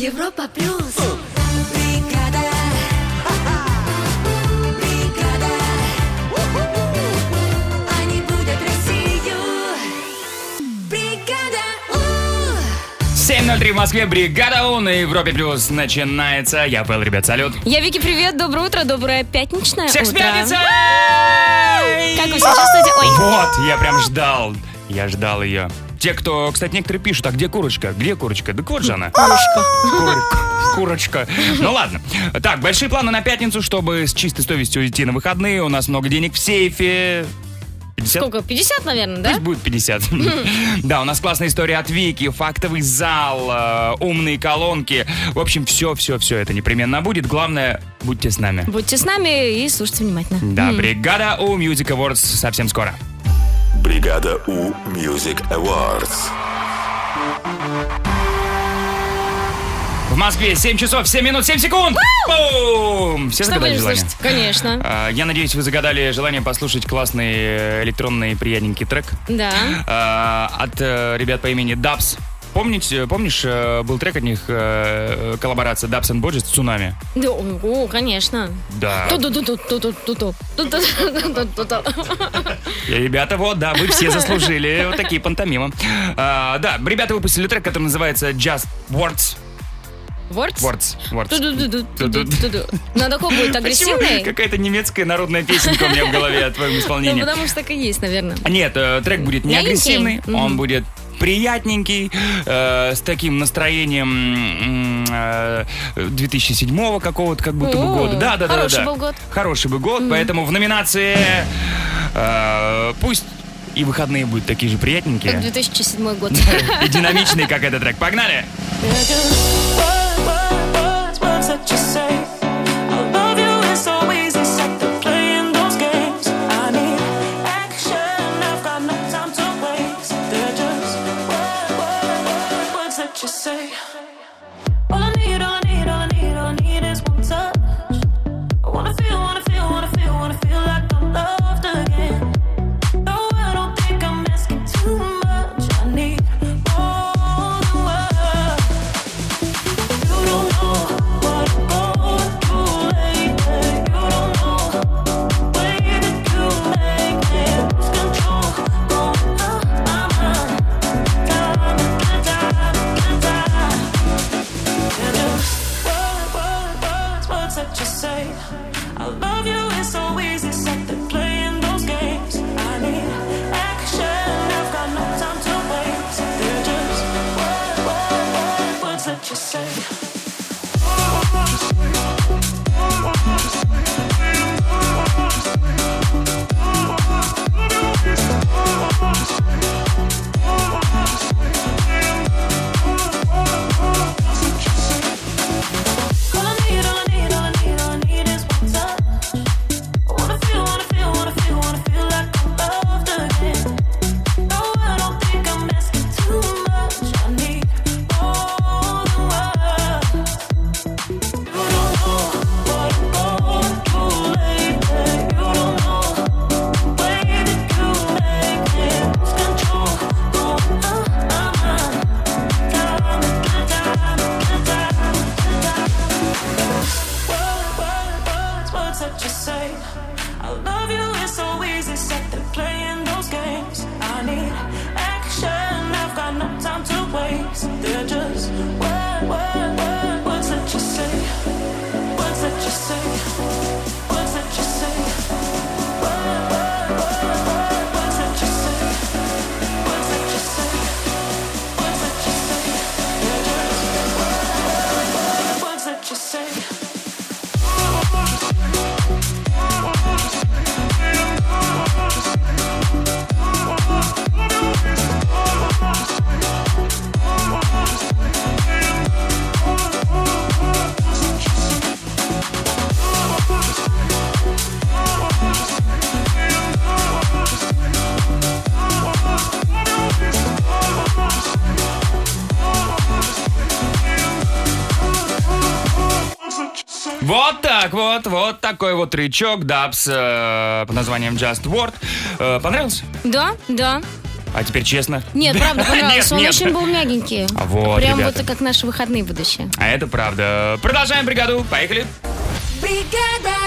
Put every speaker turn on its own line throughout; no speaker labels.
Европа плюс. Бригада. Бригада. Они будут Россию. Бригада. У.
7.03 в Москве, бригада У на Европе Плюс начинается. Я был, ребят, салют.
Я Вики, привет, доброе утро, доброе пятничное
Всех с
Э, утро.
пятницей!
Как вы все чувствуете? Ой,
Вот, я прям ждал. Я ждал ее. Те, кто, кстати, некоторые пишут, а где курочка? Где курочка? Да вот же она. Курочка. Курочка. Ну ладно. Так, большие планы на пятницу, чтобы с чистой совестью идти на выходные. У нас много денег в сейфе. 50?
сколько, 50, наверное, да?
Пусть будет 50. Да, у нас классная история от Вики, фактовый зал, э, умные колонки. В общем, все-все-все это непременно будет. Главное, будьте с нами.
Будьте с нами и слушайте внимательно.
Да, бригада у Music Awards совсем скоро.
Бригада У Music Awards.
В Москве 7 часов 7 минут 7 секунд. Бум! Все
Что
загадали
будешь
желание?
слушать? Конечно.
А, Я надеюсь, вы загадали желание послушать классный э, электронный приятненький трек
Да.
а, от э, ребят по имени Дабс. Помните, помнишь, э, был трек от них, э, коллаборация Dubs and Budget с Цунами?
Да, о, о, конечно.
Да.
Ту-ту-ту-ту-ту-ту-ту-ту-ту-ту-ту.
Э, Ребята, вот, да, вы все заслужили вот такие пантомимы. А, да, ребята выпустили трек, который называется Just Words.
Вордс?
Words. Words.
Ту-ду-ду-ду-ду-ду-ду. Ну, а такой будет
Почему
агрессивный.
Какая-то немецкая народная песенка у меня в голове о твоем
Ну,
исполнении.
потому что так и есть, наверное.
Нет, э, трек будет не
Мягенький?
агрессивный,
Мгм.
он будет приятненький, э, с таким настроением м, э, 2007 какого-то как будто бы
О,
года. Да, да, да, да.
хороший
да.
был год.
Хороший был год, поэтому в номинации э, пусть и выходные будут такие же приятненькие.
Как 2007 год.
и динамичный, как этот трек. Погнали!
Say. All I need, all I need, all I need, all I need is one touch. I wanna feel, wanna feel, wanna feel, wanna feel like I'm loved again. No, I don't think I'm asking too much. I need all the world. You don't know what I'm going through lately. You don't know the way that you make me lose control. Going out my mind. Time and time and time. Words, words, words, words that you say. I love you, it's so easy. Set to playing those games. I need action, I've got no time to waste. They're just words, words, words, words that you say. All I need, all I need, all I need, all I need is one touch. I wanna feel, wanna feel, wanna feel, wanna feel like I'm loved again. No, I don't think I'm asking too much. I need all the world. You don't know what I'm going through lately. You don't know the way that you make me lose control. Going out my mind, time and time and time and time. Words, words, words, words that you say. I love you, it's so easy. Set to playing those games. I need action, I've got no time to waste. They're just words, words, words, words that you say. Words that you say. Words that you say. Words, words, words, words, words that you say. Words that you say. Words that you say. They're just words, words, words, words that you say.
Вот так вот, вот такой вот рычок Дабс э, под названием Just Word. Э, понравился?
Да, да.
А теперь честно.
Нет, правда, понравился.
Нет,
Он
нет.
очень был мягенький.
Вот,
Прям
ребята.
вот как наши выходные будущие.
А это правда. Продолжаем бригаду. Поехали.
бригада,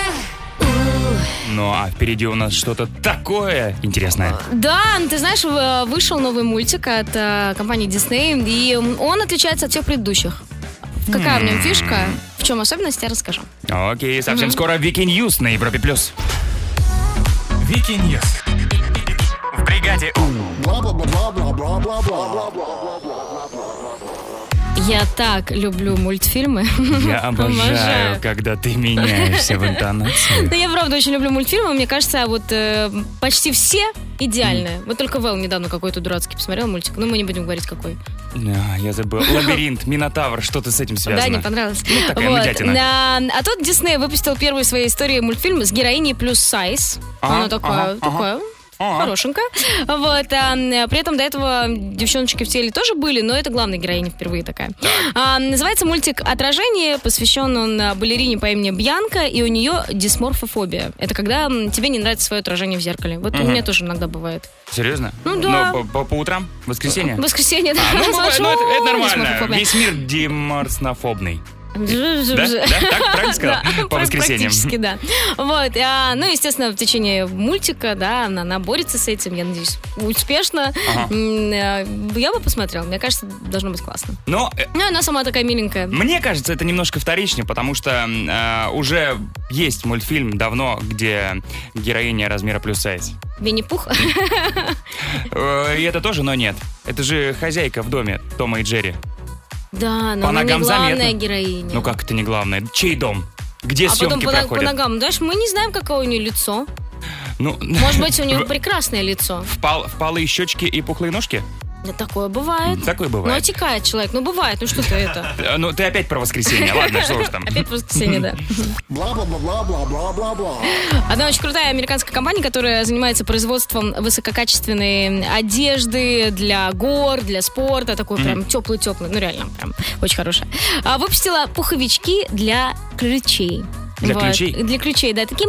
Ну а впереди у нас что-то такое интересное.
Да, ну, ты знаешь, в- вышел новый мультик от э, компании Disney, и он отличается от всех предыдущих. Какая в нем фишка? В чем особенность, я расскажу.
Окей, совсем скоро Вики Ньюс на Европе плюс.
Вики Ньюс. В бригаде У.
Я так люблю мультфильмы.
Я обожаю,
Обожаю.
когда ты меняешься в интонации.
Да Ну, я правда очень люблю мультфильмы. Мне кажется, вот э, почти все идеальные. Вот только Вэл недавно какой-то дурацкий посмотрел мультик. Ну, мы не будем говорить, какой.
А, Я забыл. Лабиринт, Минотавр, что-то с этим
Да, не
связано. Ну,
понравилось.
такая нудятина.
Да, А тут Дисней выпустил первую в своей истории мультфильм с героиней плюс сайз.
Ага,
Она такая,
А, ага,
такая.
Ага.
Хорошенькая. Вот. а, м, при этом до этого девчоночки в теле тоже были, но это главная героиня впервые такая. А, называется мультик «Отражение», посвящен он а, балерине по имени Бьянка, и у нее дисморфофобия. Это когда м, тебе не нравится свое отражение в зеркале. Вот у меня тоже иногда бывает.
Серьезно?
Ну да.
Но по- по по утрам? Воскресенье?
В воскресенье, да,
Ну, бывает,
смотрю,
ну, это, это нормально.
дисморфофобия.
Весь мир демарснофобный. Да?
Да?
Да? Так правильно сказал?
Да,
По
прак-
воскресеньям.
Практически, да. Вот, а, ну, естественно, в течение мультика, да, она, она борется с этим, я надеюсь, успешно.
Ага.
М, э, Я бы посмотрела, мне кажется, должно быть классно.
Но э,
Ну, и она сама такая миленькая.
Мне кажется, это немножко вторично, потому что м, э, уже есть мультфильм давно, где героиня размера плюс сайз.
Винни-Пух.
Э, И это тоже, но нет. Это же хозяйка в доме Тома и Джерри.
Да,
По
но она не
ногам
главная
заметно.
героиня.
Ну как это не главное? Чей дом? Где
А потом
съемки
по, ног- по
проходят?
ногам, знаешь, мы не знаем, какое у нее лицо.
Ну,
Может быть, у нее
в-
прекрасное лицо.
впал- впалые щечки и пухлые ножки?
Да, Такое бывает.
Такое
Ну,
бывает.
отекает человек, ну бывает, ну что ты это.
Э, Ну, ты опять про воскресенье. Ладно, что уж там.
Опять воскресенье, да. Одна очень крутая американская компания, которая занимается производством высококачественной одежды для гор, для спорта, такой прям теплый-теплый, ну реально прям очень хорошая. А, выпустила пуховички для ключей.
Для ключей?
Для ключей, да, такие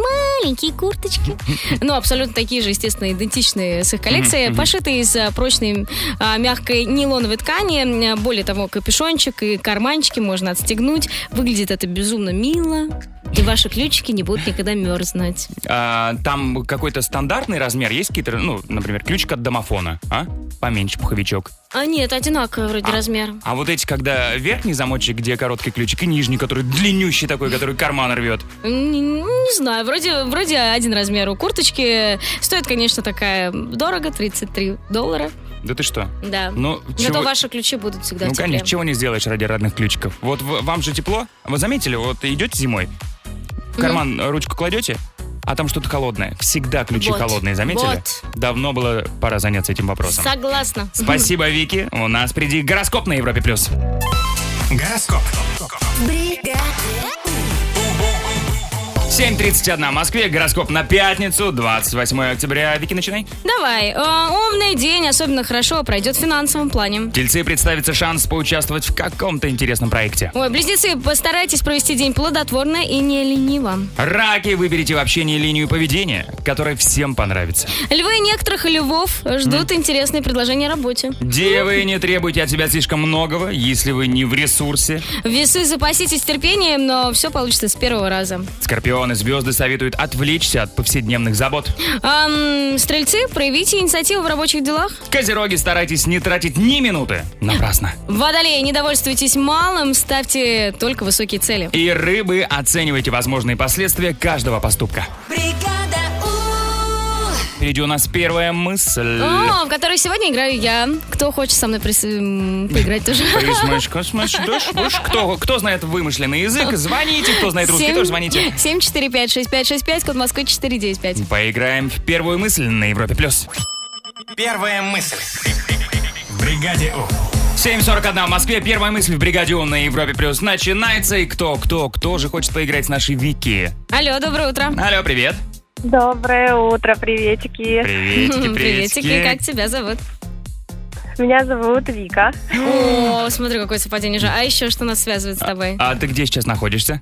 маленькие курточки. Ну, абсолютно такие же, естественно, идентичные с их коллекцией. Пошитые из а, прочной а, мягкой нейлоновой ткани. М, Более того, капюшончик и карманчики можно отстегнуть. Выглядит это безумно мило. И ваши ключики не будут никогда мерзнуть.
А, Там какой-то стандартный размер? Есть какие-то, ну, например, ключик от домофона, а? Поменьше пуховичок.
А нет, одинаковый вроде размер.
А вот эти, когда верхний замочек, где короткий ключик, и нижний, который длиннющий такой, который карман рвет.
М, Не, знаю, вроде, вроде один размер у курточки. Стоит, конечно, такая дорого, 33 доллара.
Да ты что?
Да.
Ну, чего-
Зато ваши ключи будут всегда
ну,
в тепле.
конечно, чего не сделаешь ради родных ключиков. Вот в- вам же тепло. Вы заметили, вот идете зимой,
Ну.
в карман э, ручку кладете, а там что-то холодное. Всегда ключи
Вот.
холодные, заметили?
Вот.
Давно было пора заняться этим вопросом.
Согласна.
Спасибо, Вики. У нас впереди гороскоп на Европе+. плюс.
Гороскоп.
бригада,
7.31 в Москве. Гороскоп на пятницу, 28 октября. Вики, начинай.
Давай. А, Умный день особенно хорошо пройдет в финансовом плане.
Тельцы представится шанс поучаствовать в каком-то интересном проекте.
Ой, близнецы, постарайтесь провести день плодотворно и не лениво.
Раки, выберите в общении линию поведения, которая всем понравится.
Львы некоторых львов ждут интересные предложения о работе.
Девы, не требуйте от себя слишком многого, если вы не в ресурсе.
Весы, запаситесь терпением, но все получится с первого раза.
Скорпионы, звезды советуют отвлечься от повседневных забот.
Ам, стрельцы, проявите инициативу в рабочих делах.
Козероги, старайтесь не тратить ни минуты напрасно.
Водолеи, не довольствуйтесь малым, ставьте только высокие цели.
И рыбы, оценивайте возможные последствия каждого поступка.
бригада у,
Впереди у нас первая мысль.
О, в которой сегодня играю я. Кто хочет со мной прис- м, поиграть тоже?
Присмышь, космыш, душ, буш. Кто, кто знает вымышленный язык, звоните. Кто знает русский, тоже звоните.
7 4 5 6 5 6 5, код Москвы 495.
Поиграем в первую мысль на Европе+. плюс.
Первая мысль. В бригаде У.
7.41 в Москве. Первая мысль в бригаде «У» на Европе Плюс начинается. И кто, кто, кто же хочет поиграть с нашей Вики?
Алло, доброе утро.
Алло, привет.
Доброе утро, приветики.
Приветики, приветики.
Приветики, как тебя зовут?
Меня зовут Вика.
О, смотри, какое совпадение же. А еще что нас связывает с тобой?
А ты где сейчас находишься?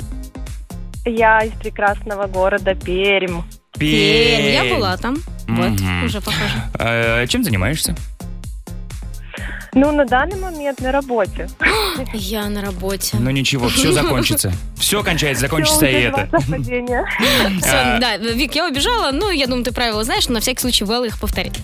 Я из прекрасного города Пермь.
Пермь. Я была там. Вот,
Мгм.
уже похоже.
Э, чем занимаешься?
Ну, на данный момент на работе.
Я на работе.
Ну ничего, все закончится. Все кончается, закончится
Всё,
и
уже два
это.
совпадения.
Всё,
а-
да, Вик, я убежала. Ну, я думаю, ты правила знаешь, но на всякий случай Вэлла их повторит.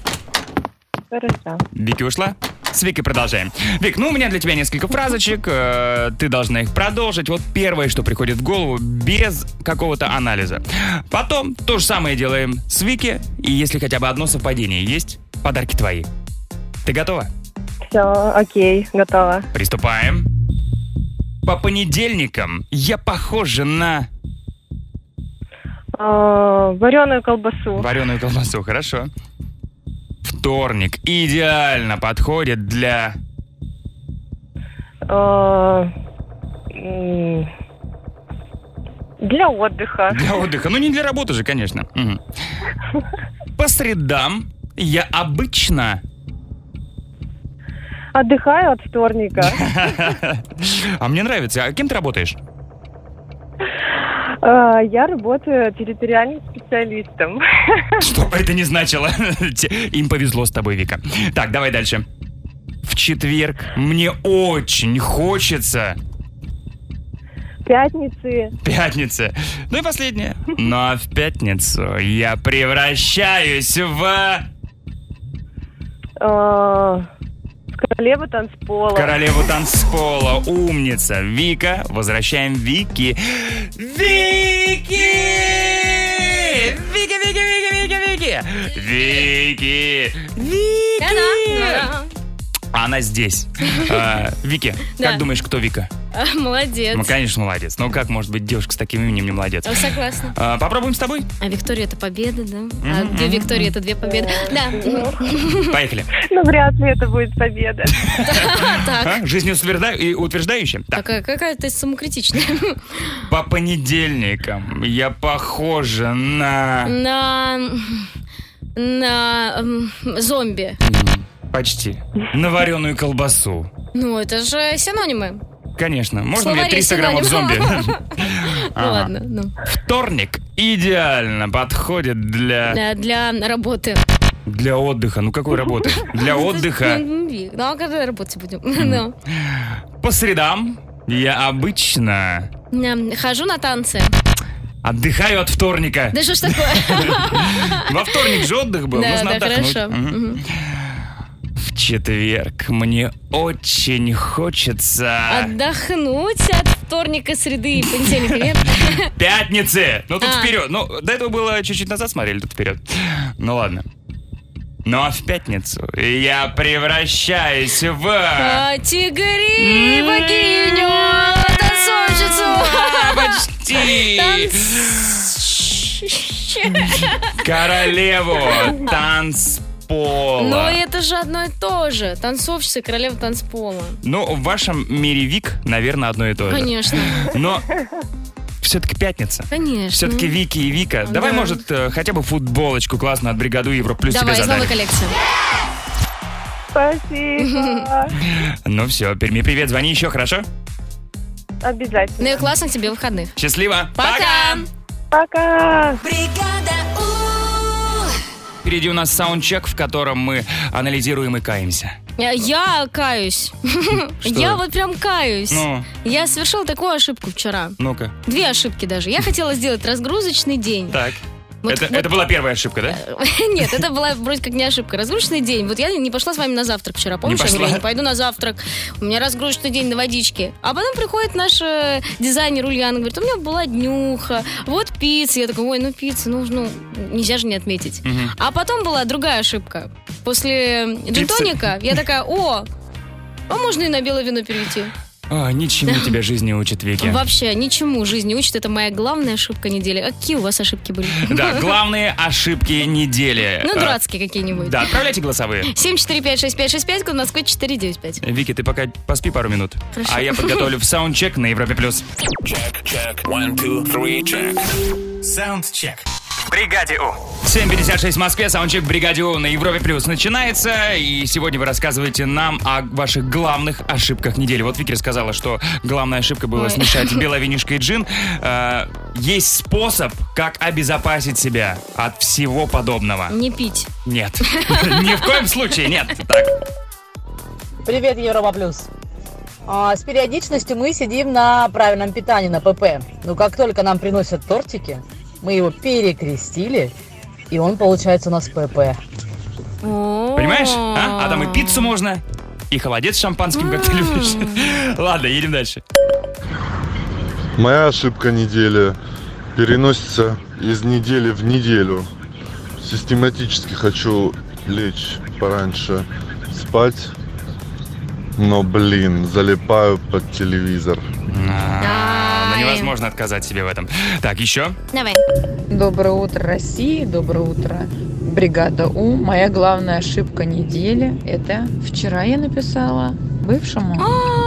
Хорошо.
Вики ушла? С Викой продолжаем. Вик, ну у меня для тебя несколько фразочек. э, Ты должна их продолжить. Вот первое, что приходит в голову, без какого-то анализа. Потом то же самое делаем с Вики. И если хотя бы одно совпадение есть, подарки твои. Ты готова?
Все, окей, готово.
Приступаем. По понедельникам я похожа на
А, Вареную колбасу.
вареную колбасу. Хорошо. Вторник идеально подходит для...
А, м, Для отдыха.
Для отдыха. Ну, не для работы же, конечно. Мгм. По средам я обычно...
Отдыхаю от вторника.
А мне нравится. А кем ты работаешь?
А, Я работаю территориальным специалистом.
Что бы это ни значило. Те- Им повезло с тобой, Вика. Так, давай дальше. В четверг мне очень хочется
Пятницы.
пятница. Ну и последнее. Но в пятницу я превращаюсь в
а, Королева танцпола.
королеву танцпола. Умница. Вика. Возвращаем Вики. Вики! Вики, Вики, Вики, Вики, Вики! Вики! Вики!
Да-да.
Она здесь. А, Вики,
Да.
как думаешь, кто Вика?
А, Молодец.
Ну, конечно, молодец. Ну, как может быть девушка с таким именем не молодец?
Я Согласна.
А, попробуем с тобой?
А Виктория это победа, да? А две Виктории это две победы. Да.
Поехали.
Ну, вряд ли это будет победа.
Так.
А? Жизнеутверждающе? Так.
Какая, какая ты самокритичная.
По понедельникам я похожа на...
На... На м, зомби.
Почти. На вареную колбасу.
Ну, это же синонимы.
Конечно. Можно мне
Словари
300 граммов зомби?
синонимов. Ну
Ага.
ладно. ну.
Вторник идеально подходит для...
Для- Э, Для работы.
Для отдыха. Ну какой работы? Для отдыха.
М, Вик, Ну, а когда работать будем? Ну.
По средам я обычно
М, Эм, Хожу на танцы.
отдыхаю от вторника.
Да что ж такое?
Во вторник же отдых был.
Да,
Нужно
да,
отдохнуть.
хорошо.
Мгм.
Мгм.
В четверг мне очень хочется...
Отдохнуть от вторника, среды и понедельника. Нет?
Пятницы! Ну тут
А.
вперед. Ну, до этого было чуть-чуть назад смотрели, тут вперед. Ну ладно. Ну а в пятницу я превращаюсь в...
А, Тигри,
М-м-м.
богиню, танцовщицу.
Почти! Королеву танцпола.
Но Ну, это же одно и то же. Танцовщица, королева танцпола.
Ну, в вашем мире Вик, наверное, одно и то же.
Конечно,
Но все-таки пятница.
конечно.
Все-таки Вики и Вика. Давай,
Да.
может, э, хотя бы футболочку классную от бригаду Евро плюс тебе
Давай, из новой
задали.
коллекции.
Спасибо.
Ну все, Перми, привет, звони еще, хорошо?
Ну
Обязательно.
и классных тебе выходных.
Счастливо.
Пока!
Пока.
Бригада У.
Впереди у нас саундчек, в котором мы анализируем и каемся.
Я- Я каюсь. Я вот прям каюсь.
Ну.
Я совершила такую ошибку вчера.
Ну-ка.
Две ошибки даже. Я хотела сделать разгрузочный день.
Так.
Вот-
это,
вот- Э.
это была первая ошибка, да?
Нет, это была вроде как не ошибка. Разгрузочный день. Вот я не пошла с вами на завтрак вчера. Помнишь, я
пошла?
говорю, я не пойду на завтрак. У меня разгрузочный день на водичке. А потом приходит наш э, дизайнер Ульяна, говорит, у меня была днюха, вот пицца. Я такая, ой, ну пицца, ну, ну нельзя же не отметить.
Мгм.
А потом была другая ошибка. После джентоника я такая, о, а можно и на белое вино перейти?
А, ничему тебя жизнь не учит, Вики.
Вообще ничему жизнь не учит. Это моя главная ошибка недели. А Какие у вас ошибки были?
Да, главные ошибки недели.
Ну,
А,
дурацкие какие-нибудь.
Да, отправляйте голосовые.
7456565, код Москвы 495.
Вики, ты пока поспи пару минут. А я подготовлю в саундчек на Европе+. плюс.
One, two, three, check.
Саундчек.
7.56 в Москве, саундчек в «Бригаде У» на Европе Плюс начинается, и сегодня вы рассказываете нам о ваших главных ошибках недели. Вот Вики рассказала, что главная ошибка была
Ой.
смешать белое винишко и джин. Э, есть способ, как обезопасить себя от всего подобного.
Не пить.
Нет, ни в коем случае нет. Так,
Привет, Европа Плюс. А, с периодичностью мы сидим на правильном питании, на ПП. Но как только нам приносят тортики, мы его перекрестили, и он получается у нас ПП.
Понимаешь?
Понимаешь?
А? А там и пиццу можно, и холодец с шампанским, как ты любишь. Ладно, едем дальше.
Моя ошибка недели переносится из недели в неделю. Систематически хочу лечь пораньше спать, но, блин, залипаю под телевизор.
А,
Ай.
ну невозможно отказать себе в этом. Так, еще.
Давай.
Доброе утро, России, доброе утро, бригада У. Моя главная ошибка недели – это вчера я написала бывшему,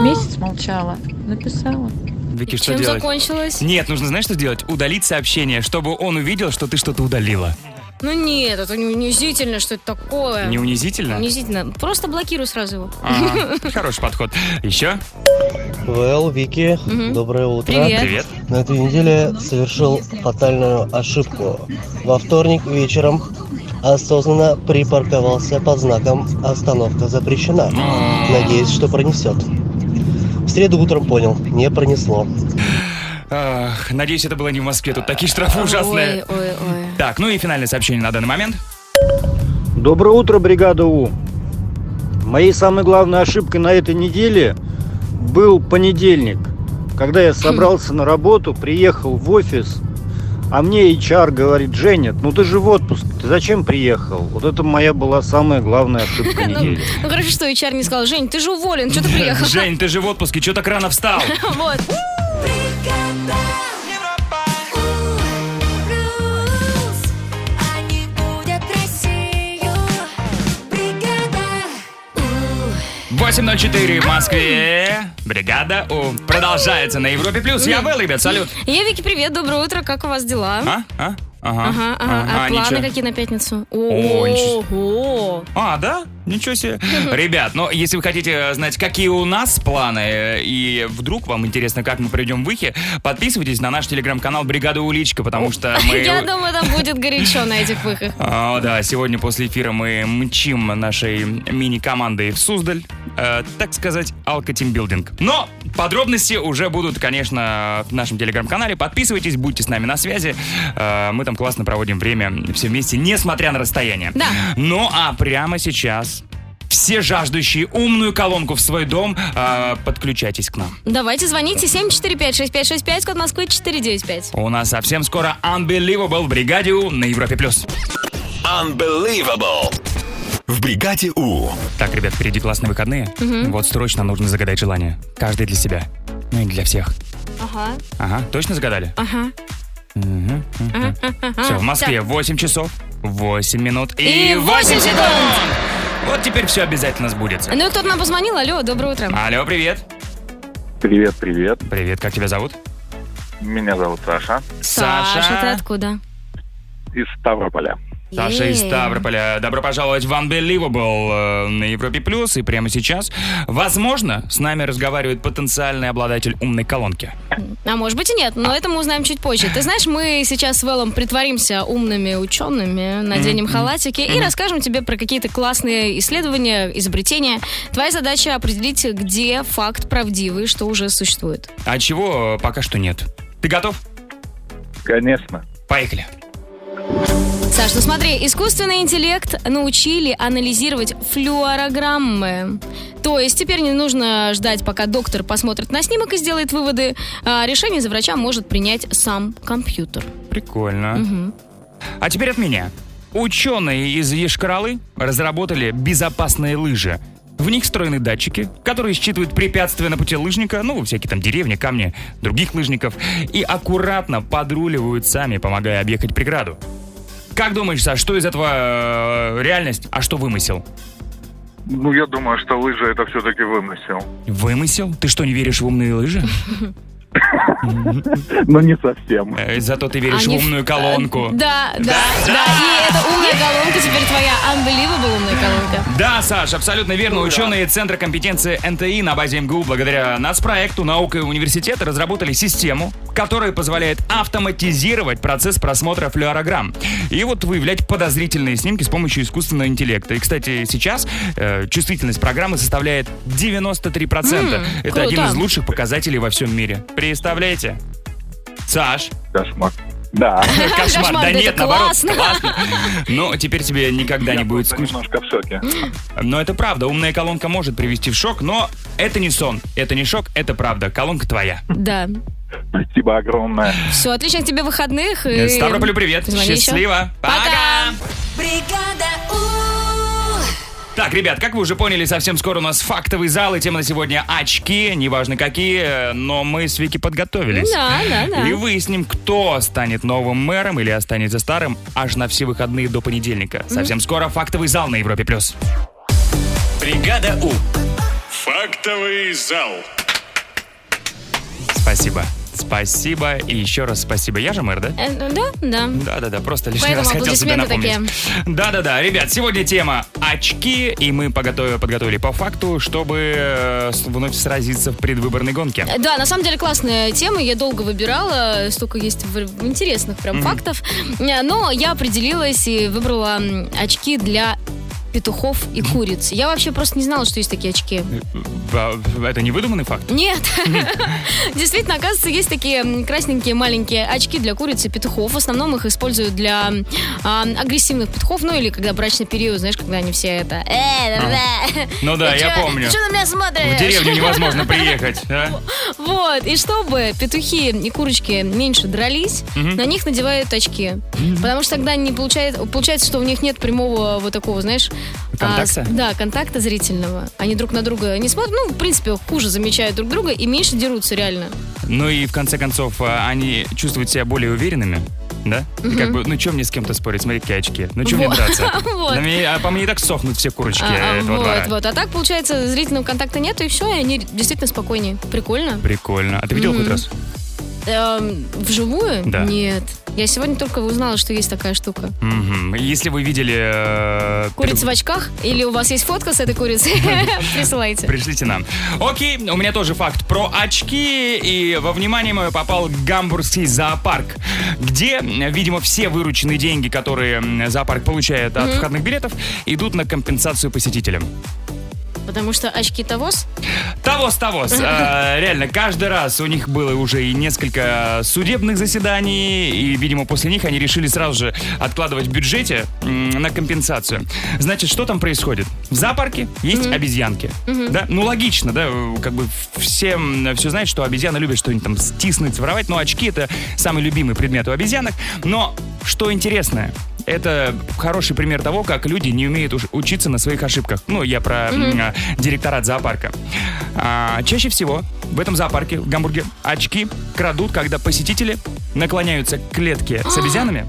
месяц молчала, написала.
Вики, что
Чем
делать?
закончилось?
Нет, нужно, знаешь, что делать? Удалить сообщение, чтобы он увидел, что ты что-то удалила.
Ну нет, это не унизительно, что это такое.
Не А, унизительно?
Унизительно. Просто блокируй сразу его.
Ага, Хороший подход. Еще?
Вэл, Вики,
Мгм.
доброе утро.
Привет.
Привет.
На этой неделе совершил фатальную ошибку. Во вторник вечером осознанно припарковался под знаком «Остановка запрещена».
А.
Надеюсь, что пронесет. В среду утром понял, не пронесло.
Ах, Надеюсь, это было не в Москве. Тут такие штрафы ужасные.
Ой, ой, ой.
Так, ну и финальное сообщение на данный момент.
Доброе утро, бригада У. Моей самой главной ошибкой на этой неделе был понедельник, когда я собрался на работу, приехал в офис, а мне HR говорит, Женя, ну ты же в отпуск, ты зачем приехал? Вот это моя была самая главная ошибка недели.
Ну хорошо, что HR не сказал, Жень, ты же уволен, что ты приехал?
Жень, ты же в отпуске, что так рано встал?
Вот.
бригада У плюс они будят Россию бригада У
8.04 в Москве. Бригада У. Продолжается на Европе Плюс. Я был, ребят, салют.
Я, Вики, привет, доброе утро, как у вас дела?
А? А? Ага.
Ага, ага. А,
А,
планы
ничего.
какие на пятницу?
ничего
Ого!
А, да? Ничего себе. Ребят, но если вы хотите знать, какие у нас планы, э, и вдруг вам интересно, как мы проведем выхи, подписывайтесь на наш телеграм-канал «Бригада Уличка», потому что мы...
Я думаю, там будет горячо на этих выходах.
А, да, сегодня после эфира мы мчим нашей мини-командой в Суздаль, э, так сказать, алкотимбилдинг. Но подробности уже будут, конечно, в нашем телеграм-канале. Подписывайтесь, будьте с нами на связи. Э, мы там классно проводим время все вместе, несмотря на расстояние.
Да.
Ну а прямо сейчас все жаждущие умную колонку в свой дом, э, подключайтесь к нам.
Давайте звоните 745-6565, код Москвы 495.
У нас совсем скоро Unbelievable в бригаде У» на Европе+. плюс.
Unbelievable. В бригаде У.
Так, ребят, впереди классные выходные. Вот срочно нужно загадать желание. Каждый для себя. Ну и для всех.
Ага,
Ага, точно загадали?
ага.
Все, в Москве 8 часов, 8 минут
И
и
8
8
секунд.
секунд! Вот теперь все обязательно сбудется.
Ну и кто-то нам позвонил. Алло, доброе утро.
Алло, привет.
Привет, привет.
Привет, как тебя зовут?
Меня зовут Саша
Саша, ты откуда?
из Ставрополя.
Саша из
Е.
Ставрополя. Добро пожаловать в Unbelievable э, на Европе Плюс. И прямо сейчас, возможно, с нами разговаривает потенциальный обладатель умной колонки.
А может быть и нет, но это мы узнаем чуть позже. Ты знаешь, мы сейчас с Вэллом притворимся умными учеными, наденем халатики и расскажем тебе про какие-то классные исследования, изобретения. Твоя задача определить, где факт правдивый, что уже существует.
А чего э, пока что нет. Ты готов?
Конечно.
Поехали.
Саш, ну смотри, искусственный интеллект научили анализировать флюорограммы. То есть теперь не нужно ждать, пока доктор посмотрит на снимок и сделает выводы. А решение за врача может принять сам компьютер.
Прикольно.
Мгм.
А теперь от меня. Ученые из Ешкаралы разработали безопасные лыжи. В них встроены датчики, которые считывают препятствия на пути лыжника, ну, всякие там деревни, камни, других лыжников, и аккуратно подруливают сами, помогая объехать преграду. Как думаешь, Саш, что из этого э, реальность, а что вымысел?
Ну, я думаю, что лыжи это все-таки вымысел.
Вымысел? Ты что, не веришь в умные лыжи?
Но не совсем.
Э, Зато ты веришь в
Они-
умную колонку.
Да, да, да, И эта умная колонка теперь твоя. Unbelievable умная колонка.
Да, Саш, абсолютно верно. Ученые Центра компетенции НТИ на базе МГУ благодаря нацпроекту наука и университета разработали систему, которая позволяет автоматизировать процесс просмотра флюорограмм и вот выявлять подозрительные снимки с помощью искусственного интеллекта. И, кстати, сейчас э, чувствительность программы составляет 93%.
М,
Это
круто.
один из лучших показателей во всем мире. Представляете? Саш?
Кошмар. Да.
Кошмар,
Кошмар,
да
да
нет,
это
наоборот,
классно.
классно. Но теперь тебе никогда не будет скучно.
немножко в шоке.
Но это правда, умная колонка может привести в шок, но это не сон, это не шок, это правда. Колонка твоя.
Да.
Спасибо огромное.
Все, отличных тебе выходных. и
Ставрополю привет.
звони еще.
Счастливо. Пока.
Бригада
Так, ребят, как вы уже поняли, совсем скоро у нас фактовый зал, и тема на сегодня очки, неважно какие, но мы с Вики подготовились.
Да, да, да.
И выясним, кто станет новым мэром или останется старым аж на все выходные до понедельника. Совсем скоро фактовый зал на Европе+. плюс. Бригада У.
Фактовый зал.
Спасибо. Спаспасибо и еще раз спасибо. Я же мэр, да?
Э, Да, да.
Да-да-да, просто лишний
Поэтому
раз хотел тебе
аплодисменты
напомнить.
такие.
Да-да-да, ребят, сегодня тема очки, и мы подготовили, подготовили по факту, чтобы э, с- вновь сразиться в предвыборной гонке. Э,
Да, на самом деле классная тема, я долго выбирала, столько есть в- интересных прям
Мгм.
фактов, Э, но я определилась и выбрала м, очки для петухов и куриц. Я вообще просто не знала, что есть такие очки.
А, Это не выдуманный факт?
Нет. Действительно, оказывается, есть такие м, красненькие маленькие очки для куриц и петухов. В основном их используют для м, а, агрессивных петухов, ну или когда брачный период, знаешь, когда они все это... «Э, да-да».
Ну да, я
Ты Э, чё- э,
помню.
Ты что на меня смотришь?
В деревню невозможно приехать. а?
Вот, и чтобы петухи и курочки меньше дрались,
Мгм.
на них надевают очки. Потому что тогда не получается, получается, что у них нет прямого вот такого, знаешь... а,
Контакта?
с- да, контакта зрительного. Они друг на друга не смотрят, ну, в принципе, хуже замечают друг друга и меньше дерутся реально.
Ну и в конце концов, а, они чувствуют себя более уверенными. Да? И
Мгм.
Как бы, ну чем мне с кем-то спорить, смотри, какие очки. Ну чем мне
Во-
драться?
Вот.
Да мне- а по мне и так сохнут все курочки
А, а,
этого двора.
вот, вот. А так, получается, зрительного контакта нет, и все, и они действительно спокойнее. Прикольно.
Прикольно. А ты видел
Мгм.
хоть раз?
Эм, вживую?
Да.
Нет. Я сегодня только узнала, что есть такая штука.
Мгм. Если вы видели... э,
Курица в очках? Или у вас есть фотка с этой курицей? Присылайте.
Пришлите нам. Окей, у меня тоже факт про очки. И во внимание мое попал гамбургский зоопарк, где, видимо, все вырученные деньги, которые м, зоопарк получает от
Мгм.
входных билетов, идут на компенсацию посетителям.
Потому что очки тогос?
Того-того. А, Реально, каждый раз у них было уже и несколько судебных заседаний, и, видимо, после них они решили сразу же откладывать в бюджете м, на компенсацию. Значит, что там происходит? В зоопарке есть обезьянки.
Мгм.
Да? Ну, логично, да, э, как бы всем все знают, что обезьяны любят что-нибудь там стиснуть, воровать, но очки — это самый любимый предмет у обезьянок. Но что интересное, это хороший пример того, как люди не умеют уж- учиться на своих ошибках. Ну, я про м,
Мгм.
а, директорат зоопарка. А, чаще всего в этом зоопарке, в Гамбурге, очки крадут, когда посетители наклоняются к клетке с обезьянами,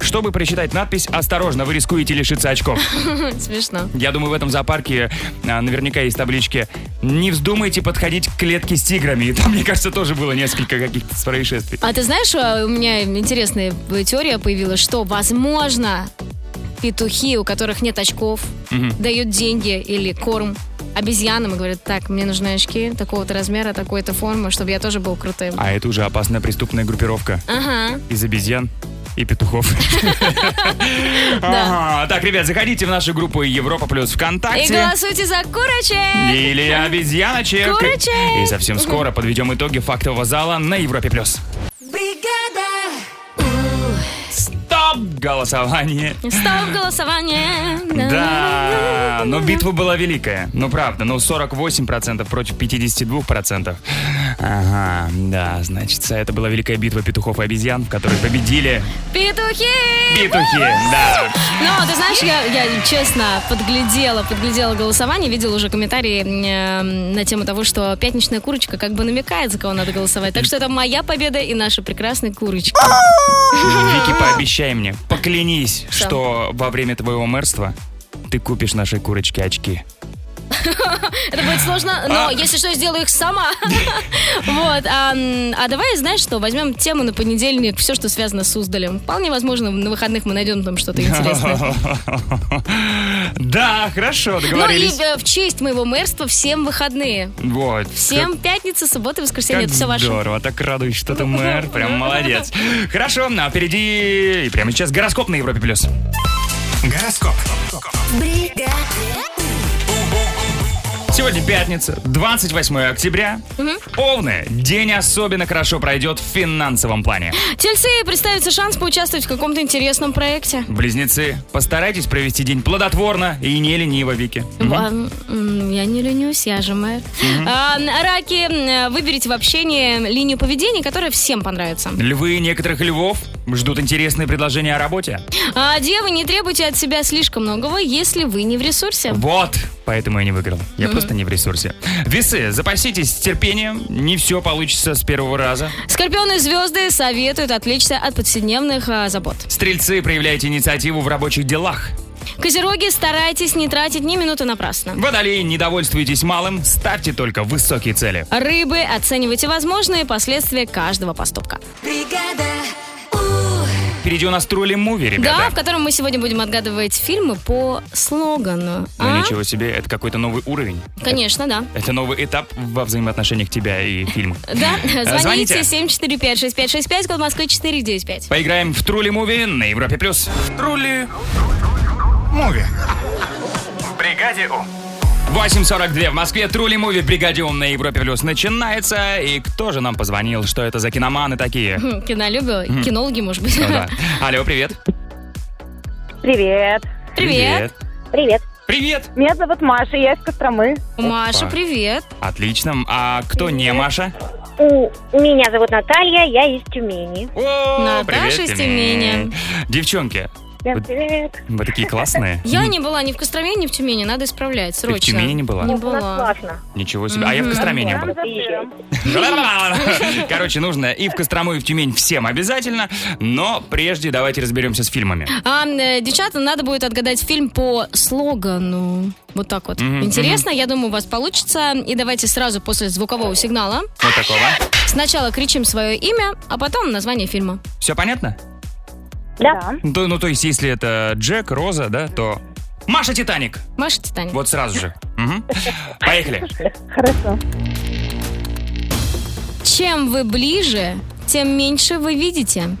чтобы прочитать надпись «Осторожно, вы рискуете лишиться очков».
Смешно.
Я думаю, в этом зоопарке а, наверняка есть таблички «Не вздумайте подходить к клетке с тиграми». И там, мне кажется, тоже было несколько каких-то происшествий.
А ты знаешь, э, у меня интересная э, теория появилась, что, возможно, петухи, у которых нет очков,
Мгм.
дают деньги или корм обезьянам и говорят, так, мне нужны очки такого-то размера, такой-то формы, чтобы я тоже был крутым.
А это уже опасная преступная группировка
Ага.
из обезьян и петухов. Ага. Так, ребят, заходите в нашу группу Европа Плюс
И
ВКонтакте.
голосуйте за курочек!
Или обезьяночек.
Курочек.
И совсем скоро подведем итоги фактового зала на Европе+. плюс.
Бригада
Стоп! Голосование.
Стоп голосование!
Да, но битва была великая. Ну, правда, ну 48% против 52%. Ага, да, значит, это была великая битва петухов и обезьян, в которой победили
Петухи!
петухи. Да.
Но Ну, а ты знаешь, я, я честно подглядела, подглядела голосование, видела уже комментарии э, на тему того, что пятничная курочка как бы намекает, за кого надо голосовать. Так что это моя победа и наши прекрасные курочки.
Вики, пообещай мне, поклянись,
Что?
что во время твоего мэрства ты купишь нашей курочке очки.
Это будет сложно, но если что, сделаю их сама. Вот. А м, а давай, знаешь что, возьмем тему на понедельник, все, что связано с Уздалем. Вполне возможно, на выходных мы найдем там что-то интересное.
Да, хорошо,
Ну и
договорились.
э, в честь моего мэрства всем выходные.
Вот.
Всем пятница, суббота, воскресенье.
Как
Это все ваше.
здорово, так радуюсь, что ты мэр, прям молодец. Хорошо, а впереди и прямо сейчас гороскоп на Европе+. плюс. Гороскоп.
бригада,
Сегодня пятница, 28 октября. Овны, день особенно хорошо пройдет в финансовом плане.
Тельцы представится шанс поучаствовать в каком-то интересном проекте.
Близнецы, постарайтесь провести день плодотворно и не лениво, Вики.
А, м, Я не ленюсь, я же мэр. А, Раки, м, выберите в общении линию поведения, которая всем понравится.
Львы некоторых львов ждут интересные предложения о работе.
А, Девы, не требуйте от себя слишком многого, если вы не в ресурсе.
Вот, поэтому я не выиграл. Я
Мгм.
просто не в ресурсе. Весы, запаситесь терпением, не все получится с первого раза.
Скорпионы звезды советуют отвлечься от повседневных а, забот.
Стрельцы, проявляйте инициативу в рабочих делах.
Козероги, старайтесь не тратить ни минуты напрасно.
Водолеи, не довольствуйтесь малым, ставьте только высокие цели.
Рыбы, оценивайте возможные последствия каждого поступка.
Впереди у нас тролли муви,
Да, в
ребята.
котором мы сегодня будем отгадывать фильмы по слогану.
Ну
А?
ничего себе, это какой-то новый уровень.
Конечно, да.
Это новый этап во взаимоотношениях тебя и фильма.
Да,
Э, звоните.
звоните 745-6565, код Москвы 495.
Поиграем в Трули Муви на Европе Плюс. Трули Муви. Бригаде У. 8.42 в Москве. Трули Муви в Бригаде У на Европе Плюс начинается. И кто же нам позвонил? Что это за киноманы такие?
Хм, Кинолюбы,
Мгм.
кинологи, может быть.
Ну да. Алло, привет.
Привет.
Привет.
Привет.
Привет.
Меня зовут Маша, я из Костромы.
Маша,
Опа.
привет.
Отлично. А кто не Маша?
У меня зовут Наталья, я из Тюмени.
О,
Наташа
привет,
из Тюмени.
Девчонки,
Всем привет.
вы такие классные.
Я не была ни в Костроме, ни в Тюмени, надо исправлять
Ты в
срочно.
Тюмени не была?
Не
Ну, у
была.
Ничего себе. А я в Костроме не был. Короче, нужно и в Кострому, и в Тюмень всем обязательно. Но прежде давайте разберемся с фильмами.
А, э, девчата, надо будет отгадать фильм по слогану. Вот так вот.
Мгм,
Интересно, я думаю, у вас получится. И давайте сразу после звукового сигнала
Вот такого.
сначала кричим свое имя, а потом название фильма.
Все понятно?
Да.
То- ну, то есть, если это Джек, Роза, да, то... Маша Титаник!
Маша Титаник.
Вот сразу же. Мгм. Поехали.
Хорошо.
Чем вы ближе, тем меньше вы видите.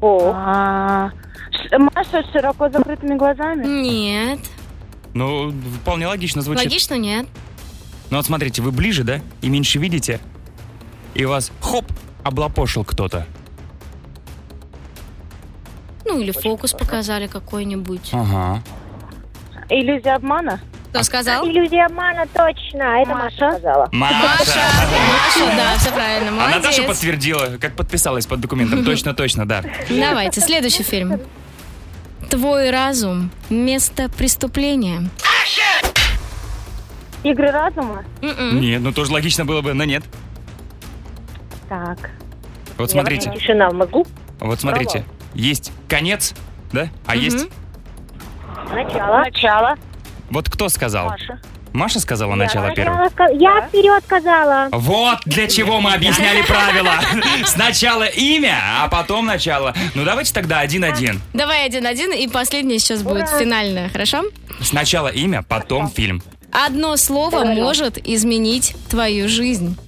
А, Ш- Маша с широко закрытыми глазами?
Нет.
Ну, вполне логично звучит.
Логично, нет?
Ну, вот смотрите, вы ближе, да, и меньше видите, и вас, хоп, облапошил кто-то.
Ну, или фокус показали какой-нибудь.
Ага.
Иллюзия обмана?
а,
Кто сказал?
Иллюзия обмана, точно. Это Маша сказала.
Маша!
Маша, А, да, все правильно,
А Наташа
молодец.
подтвердила, как подписалась под документом. Точно, точно, да.
Давайте, следующий фильм. Твой разум. Место преступления.
Игры разума?
Нет, ну тоже логично было бы, но нет.
Так.
Вот смотрите,
Тишина в мозгу.
вот смотрите. Есть конец, да? А есть...
Начало. Начало.
Вот кто сказал?
Маша.
Маша сказала начало первым.
Я вперед сказала.
Вот для чего мы объясняли правила. Сначала имя, а потом начало. Ну давайте тогда один-один.
Давай один-один, и последнее сейчас будет финальное, хорошо?
Сначала имя, потом фильм.
Одно слово
Договорились.
может изменить твою жизнь.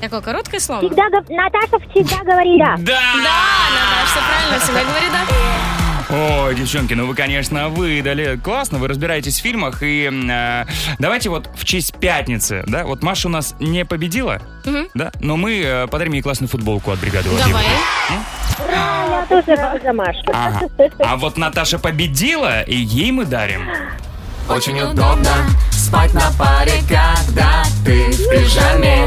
Такое короткое слово.
Наташа всегда говорила.
Да!
Да, все правильно всегда говорит, да.
О, девчонки, ну вы, конечно, выдали. Классно, вы разбираетесь в фильмах. И э, давайте вот в честь пятницы, да? Вот Маша у нас не победила,
Мгм.
да? Но мы э, подарим ей классную футболку от бригады. «У»
Давай.
Я тоже буду за Машу.
Ага. А вот Наташа победила, и ей мы дарим. Очень
удобно спать на паре, когда ты в пижаме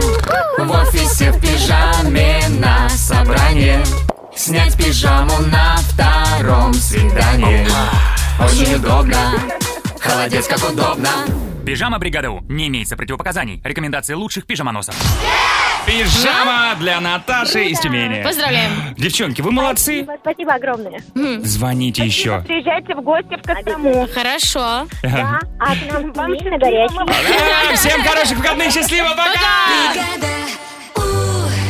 В офисе в пижаме на собрании Снять пижаму на втором свидании Очень удобно, холодец как удобно
Пижама бригада У. Не имеется противопоказаний. Рекомендации лучших пижамоносов.
Пижама для Наташи из Тюмени.
Поздравляем.
Девчонки, вы молодцы.
Спасибо, спасибо огромное.
Звоните еще.
Приезжайте в гости в Кострому.
Хорошо.
Да, а к нам вам на горячий.
Пока, Всем хороших выходных, счастливо, пока!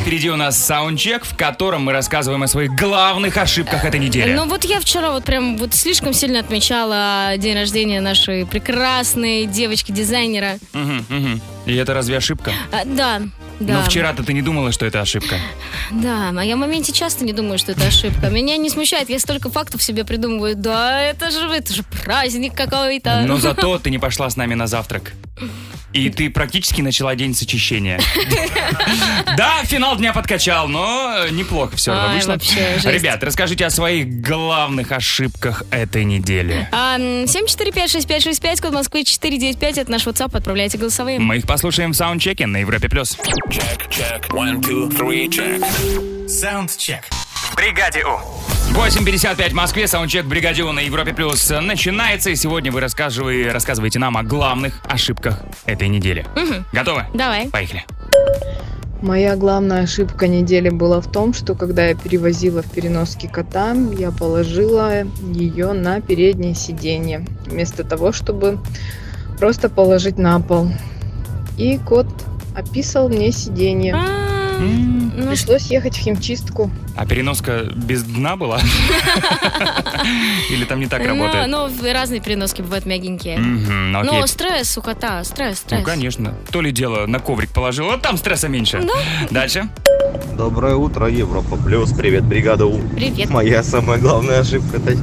Впереди у нас саундчек, в котором мы рассказываем о своих главных ошибках этой недели.
Ну вот я вчера вот прям вот слишком сильно отмечала день рождения нашей прекрасной девочки-дизайнера.
Мгм, мгм. И это разве ошибка?
А, да, да.
Но вчера-то ты не думала, что это ошибка.
Да, а я в моменте часто не думаю, что это ошибка. Меня не смущает, я столько фактов себе придумываю. Да, это же, это же праздник какой-то.
Но зато ты не пошла с нами на завтрак. И ты практически начала день с очищения. Да, финал дня подкачал, но э, неплохо все равно
Ай,
вышло.
вообще, жесть.
Ребят, расскажите о своих главных ошибках этой недели.
А, м, 7456565, код Москвы 495, это наш WhatsApp, отправляйте голосовые.
Мы их послушаем в саундчеке на Европе+. плюс.
Саундчек.
Бригаде У.
8.55 в Москве, саундчек «Бригадио» на Европе Плюс начинается, и сегодня вы рассказывай- рассказываете нам о главных ошибках этой недели.
Мгм.
Готовы?
Давай.
Поехали.
Моя главная ошибка недели была в том, что когда я перевозила в переноске кота, я положила ее на переднее сиденье, вместо того, чтобы просто положить на пол. И кот описал мне
А,
сиденье.
ну
Пришлось ехать в химчистку.
А переноска без дна была? Или там не так
Ну,
работает?
ну, в- разные переноски бывают мягенькие.
Мгм, ну, окей.
Но ну, стресс у кота, стресс, стресс.
Ну, конечно. То ли дело на коврик положил, а там стресса меньше.
Ну.
Дальше.
Доброе утро, Европа Плюс. Привет, бригада У.
Привет.
Моя самая главная ошибка это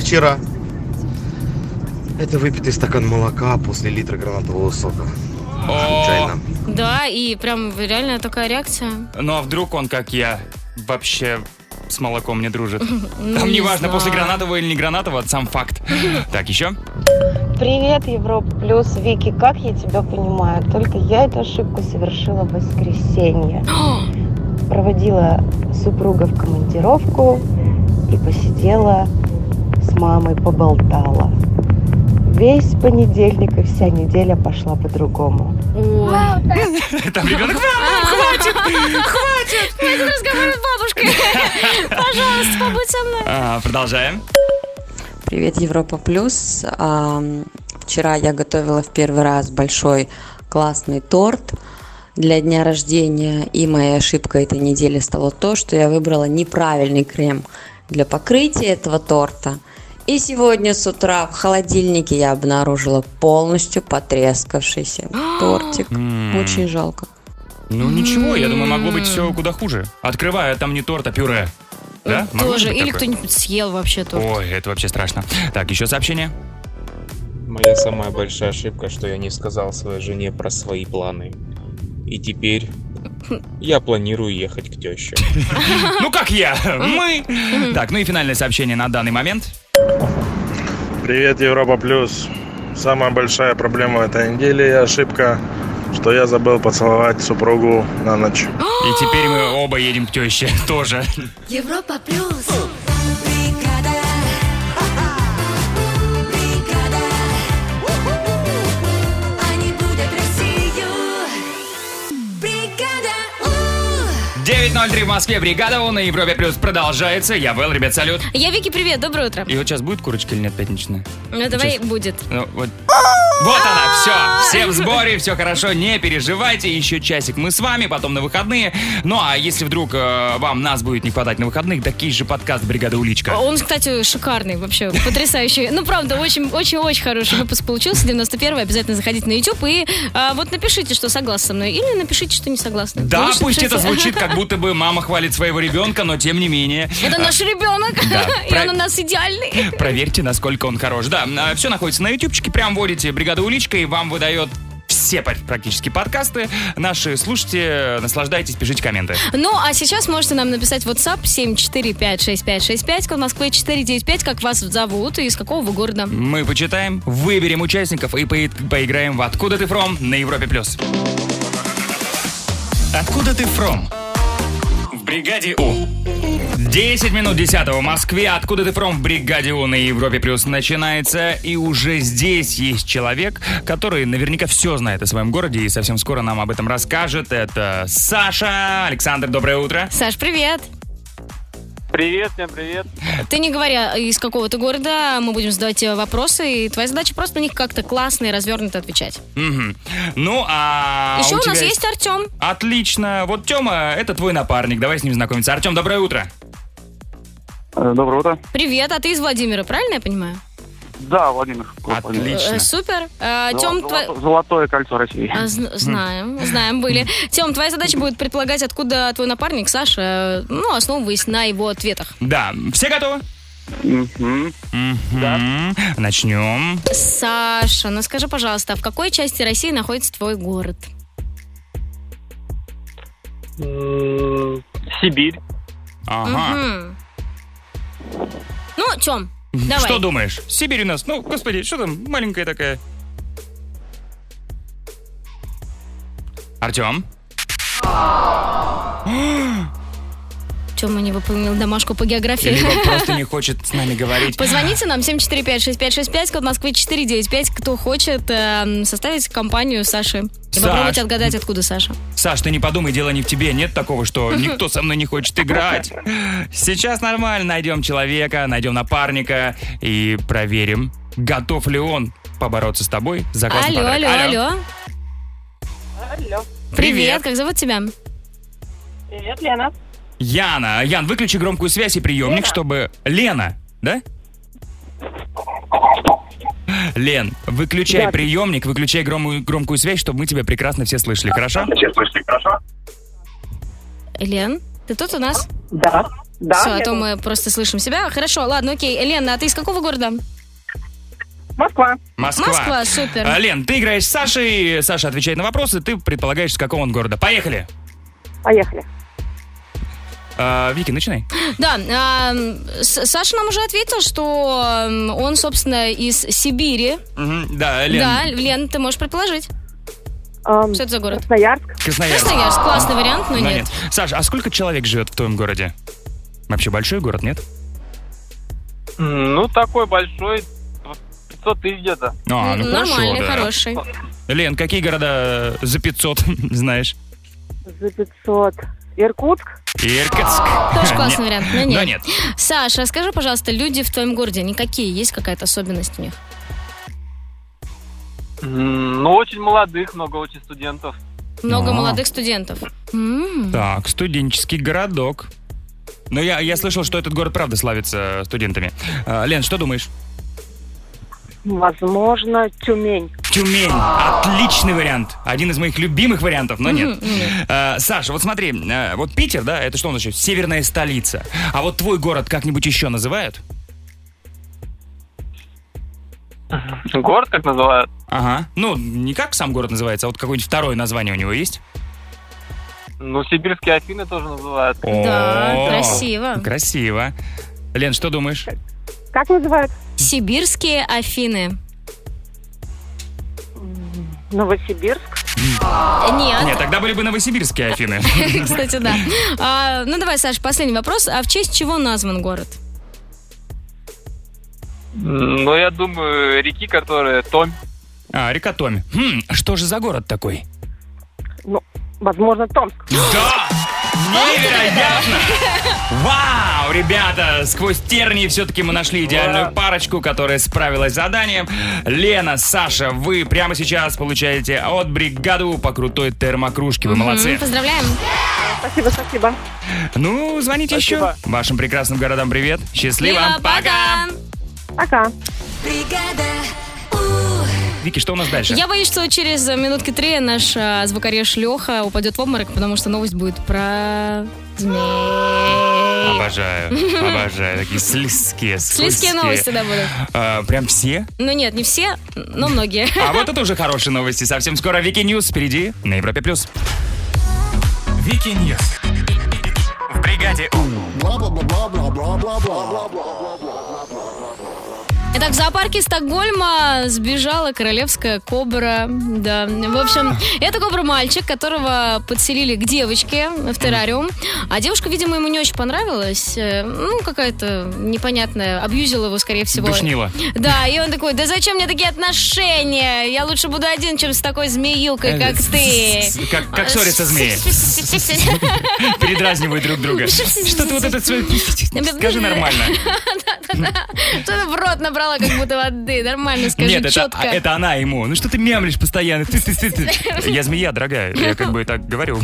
вчера. Это выпитый стакан молока после литра гранатового сока. Случайно.
Да, и прям реально такая реакция.
Ну, а вдруг он, как я, вообще с молоком не дружит?
Ну,
Там
не
неважно,
знаю.
после гранатового или не гранатового, сам факт. Так, еще?
Привет, Европа Плюс. Вики, как я тебя понимаю? Только я эту ошибку совершила в воскресенье. Проводила супруга в командировку и посидела с мамой, поболтала. Весь понедельник и вся неделя пошла по-другому.
Там ребенок,
«Мам, хватит, хватит. Хватит разговаривать с бабушкой. Пожалуйста, побудь со мной.
А, Продолжаем.
Привет, Европа Плюс. Ам, Вчера я готовила в первый раз большой классный торт для дня рождения, и моей ошибкой этой недели стало то, что я выбрала неправильный крем для покрытия этого торта. И сегодня с утра в холодильнике я обнаружила полностью потрескавшийся тортик. Очень жалко.
Ну ничего, я думаю, могло быть все куда хуже. Открываю, а там не торт, а пюре. Да? Могло
Тоже.
быть
Или
такое?
кто-нибудь съел вообще торт.
Ой, это вообще страшно. Так, еще сообщение.
Моя самая большая ошибка, что я не сказал своей жене про свои планы. И теперь я планирую ехать к теще.
Ну как я? Мы. Так, ну и финальное сообщение на данный момент.
Привет, Европа Плюс. Самая большая проблема этой недели и ошибка, что я забыл поцеловать супругу на ночь.
И теперь мы оба едем к теще тоже.
Европа плюс. Бригада. Бригада. Они будут Россию. Бригада. У.
9.03 в Москве, бригада У на Европе Плюс продолжается. Я Вэл, ребят, салют.
Я Вики, привет, доброе утро.
И вот сейчас будет курочка или нет пятничная?
Ну давай
Сейчас.
будет.
Ну, вот. Вот она, все, все в сборе, все хорошо, не переживайте, еще часик мы с вами, потом на выходные. Ну а если вдруг э, вам нас будет не хватать на выходных, так есть же подкаст «Бригада Уличка».
Он, кстати, шикарный вообще, потрясающий. Ну, правда, очень-очень-очень хороший выпуск получился, 91-й. Обязательно заходите на YouTube и а, вот напишите, что согласны со мной, или напишите, что не согласны.
Да,
Лучше
пусть
напишите.
это звучит, как будто бы мама хвалит своего ребенка, но тем не менее.
Это
э,
наш ребенок,
Да,
и он
прав-
у нас идеальный.
Проверьте, насколько он хорош. Да, все находится на ютубчике. Прям вводите «Бригада Уличка» и вам выдает все пар- практически подкасты. Наши слушайте, наслаждайтесь, пишите комменты.
Ну, а сейчас можете нам написать в WhatsApp 7456565, код Москвы 495, как вас зовут и из какого вы города.
Мы почитаем, выберем участников и пои- поиграем в «Откуда ты фром» на Европе+. плюс. «Откуда ты фром» в «Бригаде У». 10 минут 10 в Москве. Откуда ты from? В бригаде У на Европе Плюс начинается. И уже здесь есть человек, который наверняка все знает о своем городе и совсем скоро нам об этом расскажет. Это Саша. Александр, доброе утро.
Саш, привет.
Привет, всем привет.
Ты не говоря, из какого ты города, мы будем задавать тебе вопросы, и твоя задача просто на них как-то классно и развернуто отвечать.
Мгм. Ну, а...
Еще у,
тебя
нас есть Артем.
Отлично. Вот Тёма, это твой напарник. Давай с ним знакомиться. Артем, доброе утро.
Доброе утро.
Привет, а ты из Владимира, правильно я понимаю?
Да, Владимир.
Э, Супер. Э, Тем, тво-
Золотое кольцо России.
А, зн- Знаем, знаем, были. Тем, твоя задача будет предполагать, откуда твой напарник, Саша, э, ну, основываясь на его ответах.
Да, все готовы? Да. Начнем.
Саша, ну скажи, пожалуйста, а в какой части России находится твой город?
М, Сибирь.
А.
Мгм. Ну, Тем, давай.
Что думаешь? Сибирь у нас. Ну, господи, что там? Маленькая такая. Артем?
Тема не выполнил домашку по географии.
Либо просто не хочет с нами говорить.
Позвоните нам 745-6565, код Москвы 495, кто хочет эм, составить компанию Саши. И
Саш.
попробуйте отгадать, откуда Саша.
Саш, ты не подумай, дело не в тебе. Нет такого, что никто со мной не хочет играть. Сейчас нормально. Найдем человека, найдем напарника и проверим, готов ли он побороться с тобой за классный
Алло,
подарок.
алло, алло.
Алло.
Привет, как зовут тебя?
Привет, Лена.
Яна, Ян, выключи громкую связь и приемник, чтобы... Лена, да? Лен, выключай
Да.
приемник, выключай громую- громкую связь, чтобы мы тебя прекрасно все слышали, хорошо?
Лен, ты тут у нас?
Да. Да,
Все, а
я
то
тут.
мы просто слышим себя. Хорошо, ладно, окей. Лена, а ты из какого города?
Москва.
Москва.
Москва, супер.
А, Лен, ты играешь с Сашей, Саша отвечает на вопросы, ты предполагаешь, с какого он города. Поехали!
Поехали.
А, Вики, начинай.
Да, а, С- Саша нам уже ответил, что м, он, собственно, из Сибири.
Мгм, Да, Лен.
Да, Лен, ты можешь предположить. Что это за город?
Красноярск.
Красноярск.
Красноярск, классный вариант, но нет.
Саша, а сколько человек живет в твоем городе? Вообще большой город, нет?
М, Ну, такой большой, 500 тысяч где-то.
А, ну
Нормальный,
хорошо, да.
хороший.
Лен, какие города за 500 знаешь?
За 500. Иркутск.
Иркутск.
Тоже классный вариант, но нет.
Да нет.
Саша, скажи, пожалуйста, люди в твоем городе, они какие? Есть какая-то особенность у них?
М, Ну, очень молодых, много очень студентов.
Много
А.
молодых студентов. М.
Так, студенческий городок. Ну, я, я слышал, что этот город правда славится студентами. А, Лен, что думаешь?
Возможно, Тюмень.
Тюмень. Отличный вариант. Один из моих любимых вариантов, но нет.
Мгм, нет.
А, Саша, вот смотри, а, вот Питер, да, это что он еще? Северная столица. А вот твой город как-нибудь еще называют?
Город как называют?
Ага. Ну, не как сам город называется, а вот какое-нибудь второе название у него есть?
Ну, сибирские Афины тоже называют.
Да,
О,
красиво.
Красиво. Лен, что думаешь?
Как называют?
Сибирские Афины.
Новосибирск.
Нет,
Нет.
тогда были бы новосибирские Афины.
Кстати, да. А, ну давай, Саша, последний вопрос. А в честь чего назван город?
М, Ну, я думаю, реки, которые Томь.
А, река Томи. Хм, что же за город такой?
Ну, возможно, Томск.
Да!
А
Невероятно! Вау, ребята, сквозь тернии все-таки мы нашли идеальную парочку, которая справилась с заданием. Лена, Саша, вы прямо сейчас получаете от бригаду по крутой термокружке. Вы молодцы.
М, Поздравляем.
Спасибо, спасибо.
Ну, звоните еще.
Спасибо.
Вашим прекрасным городам привет. Счастливо.
Лена, пока.
Пока.
Вики, что у нас дальше?
Я боюсь, что через э, минутки три наш э, звукореж Леха упадет в обморок, потому что новость будет про змей.
Обожаю, обожаю. Такие слизкие,
Слизкие
скользкие.
новости, да, будут.
А, прям все?
Ну нет, не все, но многие.
А вот это уже хорошие новости. Совсем скоро Вики Ньюс впереди на Европе Плюс. Вики Ньюс. В бригаде У.
Итак, в зоопарке Стокгольма сбежала королевская кобра. Да, в общем, это кобра-мальчик, которого подселили к девочке в террариум. А девушка, видимо, ему не очень понравилась. Э, Ну, какая-то непонятная. Абьюзила его, скорее всего.
Душнила.
Да, и он такой, да зачем мне такие отношения? Я лучше буду один, чем с такой змеюкой, как ты.
Э, Как, как ссорятся змеи. Передразнивают друг друга. Что ты вот этот свой... Скажи нормально.
Что-то в рот набрала как будто воды. Нормально скажи,
Нет, это,
четко.
а, это она ему. Ну что ты мямлишь постоянно? Ты, ты, ты, ты. Я змея, дорогая. Я как бы так говорю.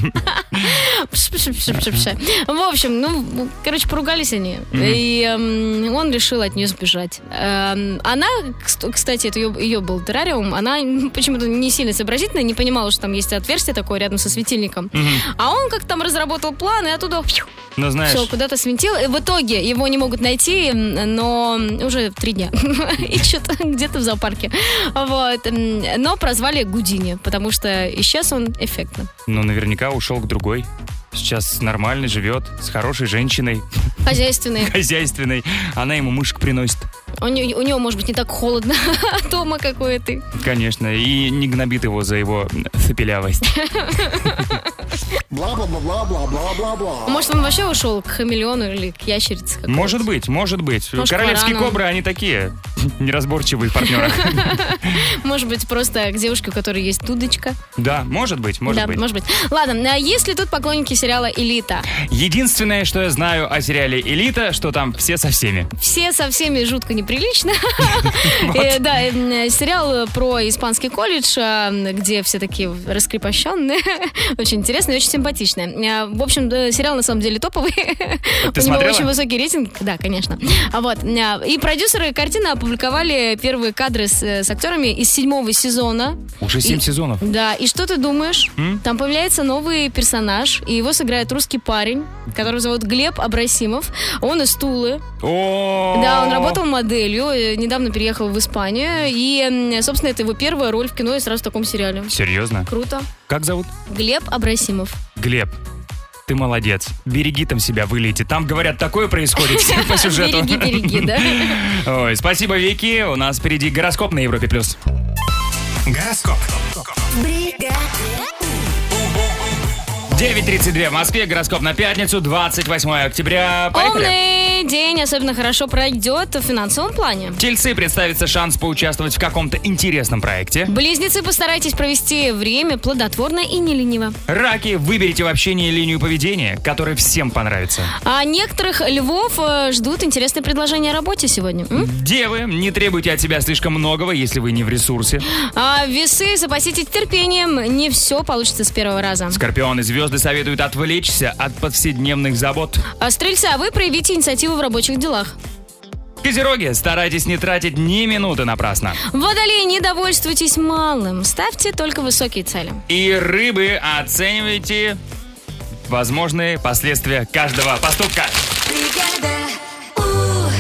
Пш-пш-пш-пш-пш. В общем, ну, короче, поругались они.
Мгм.
И эм, он решил от нее сбежать. Эм, она, кс- кстати, это ее, ее был террариум, она почему-то не сильно сообразительная, не понимала, что там есть отверстие такое рядом со светильником.
Мгм.
А он как там разработал план, и оттуда фью,
Но знаешь...
все, куда-то свинтил. И в итоге его не могут найти, м, но уже три дня. И что-то где-то в зоопарке. Вот. М, Но прозвали Гудини, потому что исчез он эффектно.
Ну, наверняка ушел к другой. Сейчас нормально живет, с хорошей женщиной,
Хозяйственный.
хозяйственной. Она ему мышек приносит,
У нее, у нее, может быть, не так холодно от дома, как у этой.
конечно, и не гнобит его за его цепелявость.
Бла-бла-бла-бла-бла-бла-бла.
Может, он вообще ушел к хамелеону или к ящерице? какой-то?
Может быть, может быть.
Может,
Королевские
варану.
кобры, они такие неразборчивые в партнерах.
Может быть, просто к девушке, у которой есть дудочка.
Да, может быть, может
да,
быть.
может быть. Ладно, а есть ли тут поклонники сериала «Элита»?
Единственное, что я знаю о сериале «Элита», что там все со всеми.
Все со всеми жутко неприлично. Э, Да, э, сериал про испанский колледж, э, где все такие раскрепощенные. Очень интересно и очень симпатично. Э, В общем, да, сериал на самом деле топовый.
А Ты
У него
смотрела?
очень высокий рейтинг. Да, конечно. А Вот. э, И продюсеры картины опубликовали первые кадры с, э, с актерами из седьмого сезона.
Уже семь
И-
сезонов.
Да, и что ты думаешь?
М?
Там появляется новый персонаж, и его сыграет русский парень, которого зовут Глеб Абрасимов. Он из Тулы.
О,
Да, он работал моделью, э, недавно переехал в Испанию, и, м, собственно, это его первая роль в кино и сразу в таком сериале.
Серьезно?
Круто.
Как зовут?
Глеб Абрасимов.
Глеб. Ты молодец. Береги там себя, вылейте. Там, говорят, такое происходит по сюжету.
Береги, береги, да?
Ой, спасибо, Вики. У нас впереди гороскоп на Европе+. плюс. Гороскоп. 9.32 в Москве, гороскоп на пятницу, 28 октября. Поехали.
Умный день особенно хорошо пройдет в финансовом плане.
Тельцы представится шанс поучаствовать в каком-то интересном проекте.
Близнецы, постарайтесь провести время плодотворно и не лениво.
Раки, выберите в общении линию поведения, которая всем понравится.
А некоторых львов э, ждут интересные предложения о работе сегодня. М?
Девы, не требуйте от себя слишком многого, если вы не в ресурсе.
А весы, запаситесь терпением, не все получится с первого раза.
Скорпионы, звезды советуют отвлечься от повседневных забот.
А стрельцы, а вы проявите инициативу в рабочих делах.
Козероги, старайтесь не тратить ни минуты напрасно.
Водолеи, не довольствуйтесь малым, ставьте только высокие цели.
И рыбы, оценивайте возможные последствия каждого поступка.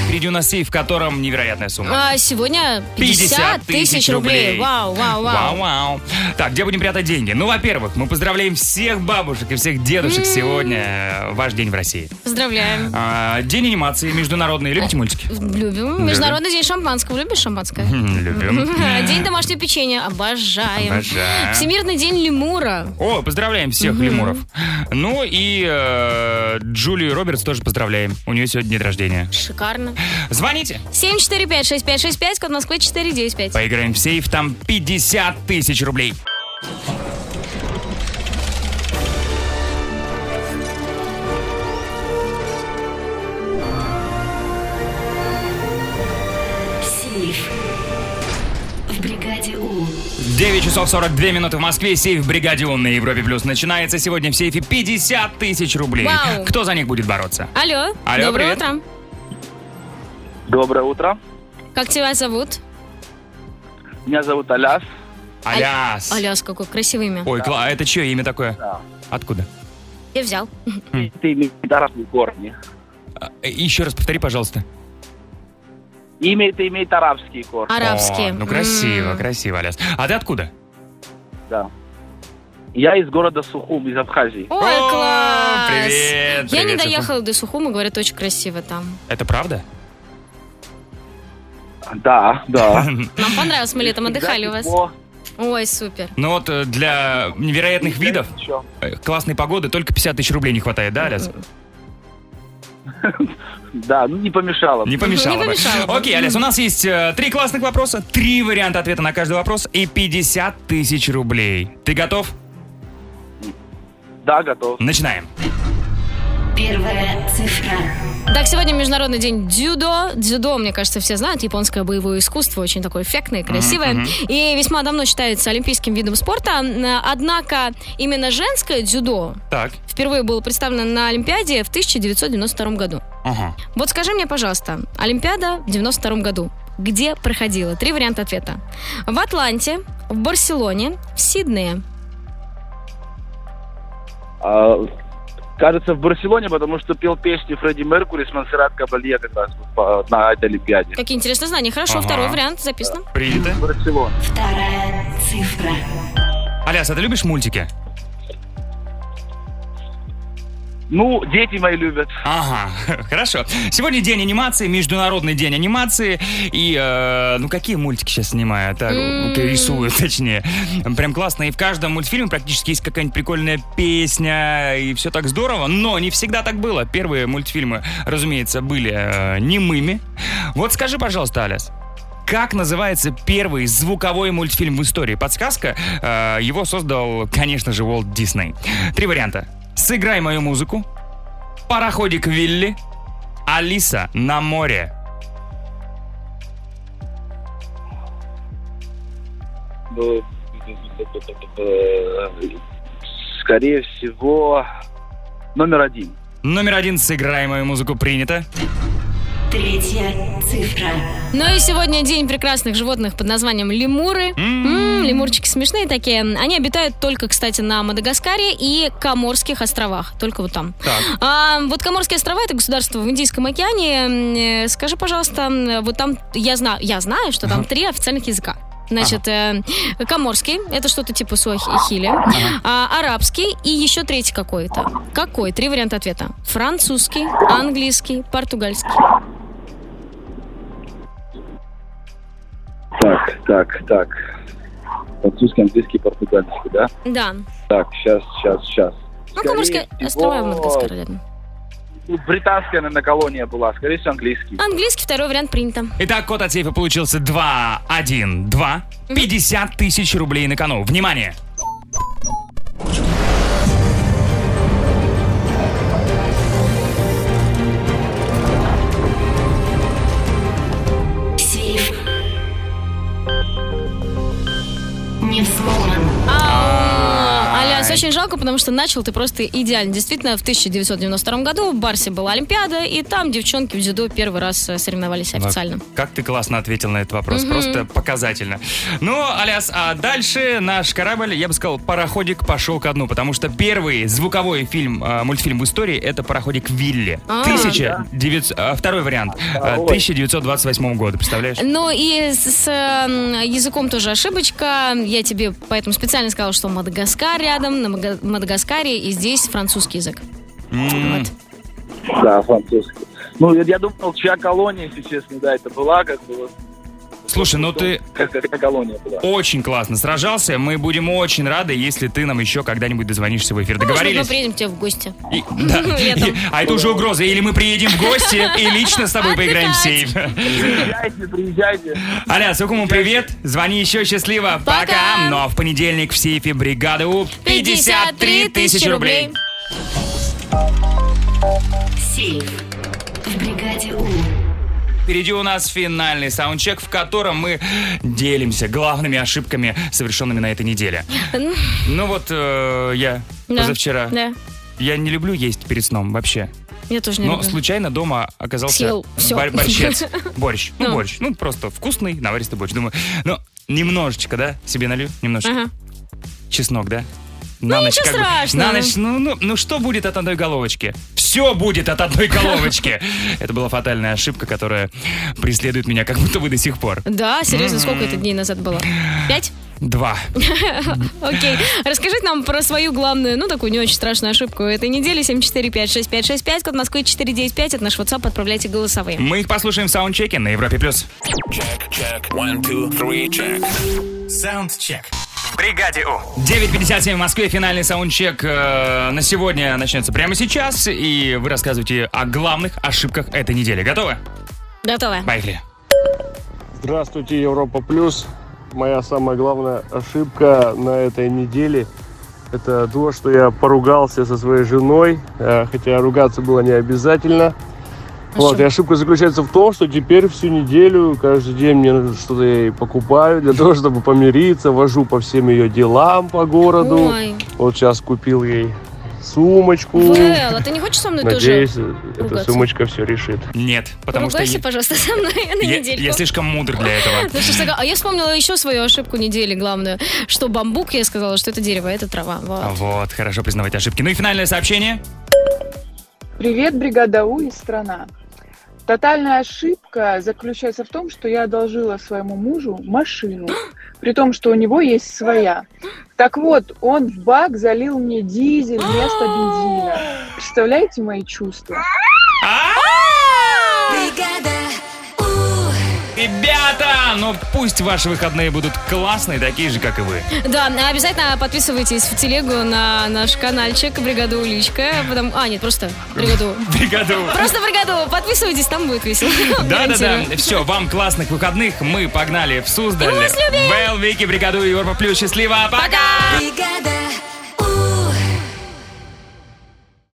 Впереди у нас сейф, в котором невероятная сумма.
А сегодня 50 тысяч рублей. Вау, вау, вау.
Вау-вау. Так, где будем прятать деньги? Ну, во-первых, мы поздравляем всех бабушек и всех дедушек сегодня. э, Ваш день в России.
Поздравляем.
А, день анимации международный. Любите мультики?
Любим. Международный день шампанского. Любишь шампанское?
Хм, Любим.
День домашнего печенья. Обожаем.
Обожаем.
Всемирный день лемура.
О, поздравляем всех лемуров. Ну и э, Джулию Робертс тоже поздравляем. У нее сегодня день рождения.
Шикарно.
Звоните.
745-6565, код Москвы 495.
Поиграем в сейф, там 50 тысяч рублей.
Сейф. В бригаде У.
9 часов 42 минуты в Москве. Сейф в бригаде «Он» на Европе Плюс начинается. Сегодня в сейфе 50 тысяч рублей.
Вау.
Кто за них будет бороться?
Алло.
Алло, привет.
Доброе утро.
Доброе утро.
Как тебя зовут?
Меня зовут Аляс.
Аляс.
Аляс, какое красивое имя.
Ой, Кла, а это чье имя такое? Откуда?
Я взял.
Хм.
Ты Мегдаров корни.
А, э, Еще раз повтори, пожалуйста.
Имя это имеет арабские корни.
О, ну красиво, красиво, Аляс. А ты откуда?
А?
Да. Я из города Сухум, из Абхазии.
Ой, класс.
привет,
Я не
привет,
доехала до Сухума, говорят, очень красиво там.
Это правда?
Да, да.
Нам понравилось, мы летом отдыхали у вас. Ой, супер.
Ну вот э, для невероятных видов, э, классной погоды только 50 тысяч рублей не хватает, да, Аляс?
Да, ну не помешало.
Не помешало бы. Окей, Аляс, у нас есть э, три классных вопроса, три варианта ответа на каждый вопрос и 50 тысяч рублей. Ты готов?
Да, готов.
Начинаем.
Первая цифра.
Так, сегодня Международный день дзюдо. Дзюдо, мне кажется, все знают. Японское боевое искусство очень такое эффектное, красивое.
мгм.
И весьма давно считается олимпийским видом спорта. М, Однако именно женское дзюдо
Так.
впервые было представлено на Олимпиаде в 1992 году.
Ага.
Вот скажи мне, пожалуйста, Олимпиада в 92 году. Где проходила? Три варианта ответа. В Атланте, в Барселоне, в Сиднее.
А, Кажется, в Барселоне, потому что пел песни Фредди Меркури с Монсеррат Кабалье как раз вот по- на этой Олимпиаде.
Какие интересные знания. Хорошо,
Ага.
второй вариант записан.
Принято.
Барселона.
Вторая цифра.
Аляс, а ты любишь мультики?
Ну, дети мои любят.
Ага, хорошо. Сегодня день анимации, Международный день анимации. И, э, ну, какие мультики сейчас снимают? Так,
М.
ок, рисуют, точнее. Прям классно. И в каждом мультфильме практически есть какая-нибудь прикольная песня. И все так здорово. Но не всегда так было. Первые мультфильмы, разумеется, были э, немыми. Вот скажи, пожалуйста, Аляс, как называется первый звуковой мультфильм в истории? Подсказка. Э, его создал, конечно же, Уолт Дисней. Три варианта. «Сыграй мою музыку», «Пароходик Вилли», «Алиса на море».
Скорее всего, номер один.
Номер один «Сыграй мою музыку» принято.
Третья цифра.
Ну и сегодня день прекрасных животных под названием лемуры. М, лемурчики смешные такие. Они обитают только, кстати, на Мадагаскаре и Коморских островах. Только вот там. А, вот Коморские острова это государство в Индийском океане. Э, Скажи, пожалуйста, м, вот там я знаю, я знаю, что там три официальных языка. Значит, э, коморский, это что-то типа суахили, а, арабский и еще третий какой-то. Какой? Три варианта ответа. Французский, английский, португальский.
Так, так, так. Французский, английский, португальский, да?
Да.
Так, сейчас, сейчас, сейчас.
Ну, Коморские острова в Мадагаскаре рядом.
ну, Британская, наверное, колония была. Скорее всего, английский.
Английский второй вариант принято.
Итак, код от сейфа получился 2, 1, 2. 50 тысяч рублей на кону. Внимание!
Сейф. Не взломан.
А, Аляс, очень жалко, потому что начал ты просто идеально. Действительно, в 1992 году в Барсе была Олимпиада, и там девчонки в дзюдо первый раз э, соревновались официально.
Вот Ну, Как ты классно ответил на этот вопрос,
Мгм.
просто показательно. Ну, Аляс, а дальше наш корабль, я бы сказал, пароходик пошел ко дну, потому что первый звуковой фильм, э, мультфильм в истории это пароходик Вилли.
А.
1900, а, второй вариант, э, 1928 года, представляешь?
Ну и с, с, эм, языком тоже ошибочка. Я тебе поэтому специально сказала, что Мадагаскар рядом, на Мага- Мадагаскаре, и здесь французский язык.
М-м,
Да, французский. Ну, я, я думал, чья колония, если честно, да, это была, как бы, вот,
Слушай, ну ты
как, какая колония была.
очень классно сражался, мы будем очень рады, если ты нам еще когда-нибудь дозвонишься в эфир.
Может быть,
Договорились?
мы приедем к тебе в гости.
И- да.
Летом.
И- а это уже угроза. Или мы приедем в гости и лично с тобой поиграем в сейф.
Приезжайте, приезжайте.
Аляс, Сукуму привет. Звони еще, счастливо. Пока. Ну а в понедельник в сейфе бригады У 53 тысячи рублей.
Сейф. В бригаде У.
Впереди у нас финальный саундчек, в котором мы делимся главными ошибками, совершенными на этой неделе. Ну вот э, я
Да.
позавчера.
Да.
Я не люблю есть перед сном вообще.
Я тоже не
Но
люблю.
случайно дома оказался
Съел всё.
бор- борщец. Борщ. Ну,
Ну.
борщ. Ну, просто вкусный, наваристый борщ. Думаю, ну, немножечко, да, себе налью? Немножечко.
Ага.
Чеснок, да?
ничего
как бы-
страшного.
ну, на ночь, ну, ну, ну, что будет от одной головочки? Все все будет от одной головочки. Это была фатальная ошибка, которая преследует меня как будто бы до сих пор.
Да, серьезно,
М-м.
сколько это дней назад было? Пять?
Два.
Окей. Расскажите нам про свою главную, ну, такую не очень страшную ошибку этой недели. 7456565, код Москвы 495. От нашего WhatsApp отправляйте голосовые.
Мы их послушаем в саундчеке на Европе+. плюс.
One, two, three, check. Sound check. Бригаде У.
9.57 в Москве. Финальный саундчек э, на сегодня начнется прямо сейчас. И вы рассказываете о главных ошибках этой недели. Готовы?
Готовы?
Поехали.
Здравствуйте, Европа Плюс. Моя самая главная ошибка на этой неделе – это то, что я поругался со своей женой, э, хотя ругаться было не обязательно. Вот, и ошибка заключается в том, что теперь всю неделю, каждый день мне что-то я ей покупаю для того, чтобы помириться, вожу по всем ее делам по городу.
Ой.
Вот сейчас купил ей сумочку.
Вэл, а ты не хочешь со мной тоже?
Надеюсь, эта
ругаться?
сумочка все решит.
Нет, потому что
Поругайся,
я,
пожалуйста, со мной на
я-
недельку.
я слишком мудр для этого.
Ну, что ж такое? а я вспомнила еще свою ошибку недели главную, что бамбук, я сказала, что это дерево, а это трава. Вот.
Вот, хорошо признавать ошибки. Ну и финальное сообщение.
Привет, бригада У и страна. Тотальная ошибка заключается в том, что я одолжила своему мужу машину, при том, что у него есть своя. Так вот, он в бак залил мне дизель вместо бензина. Представляете мои чувства?
А? Ребята, ну пусть ваши выходные будут классные, такие же, как и вы.
Да, а обязательно подписывайтесь в телегу на наш каналчик Бригаду Уличка. Потом... А, нет, просто Бригаду.
Бригаду.
Просто Бригаду. Подписывайтесь, там будет весело.
Да-да-да,
Гарантирую.
все, вам классных выходных, мы погнали в Суздаль.
Мы вас любим.
Вэл, Вики, Бригаду, Европа Плюс, счастливо, пока!
Бригада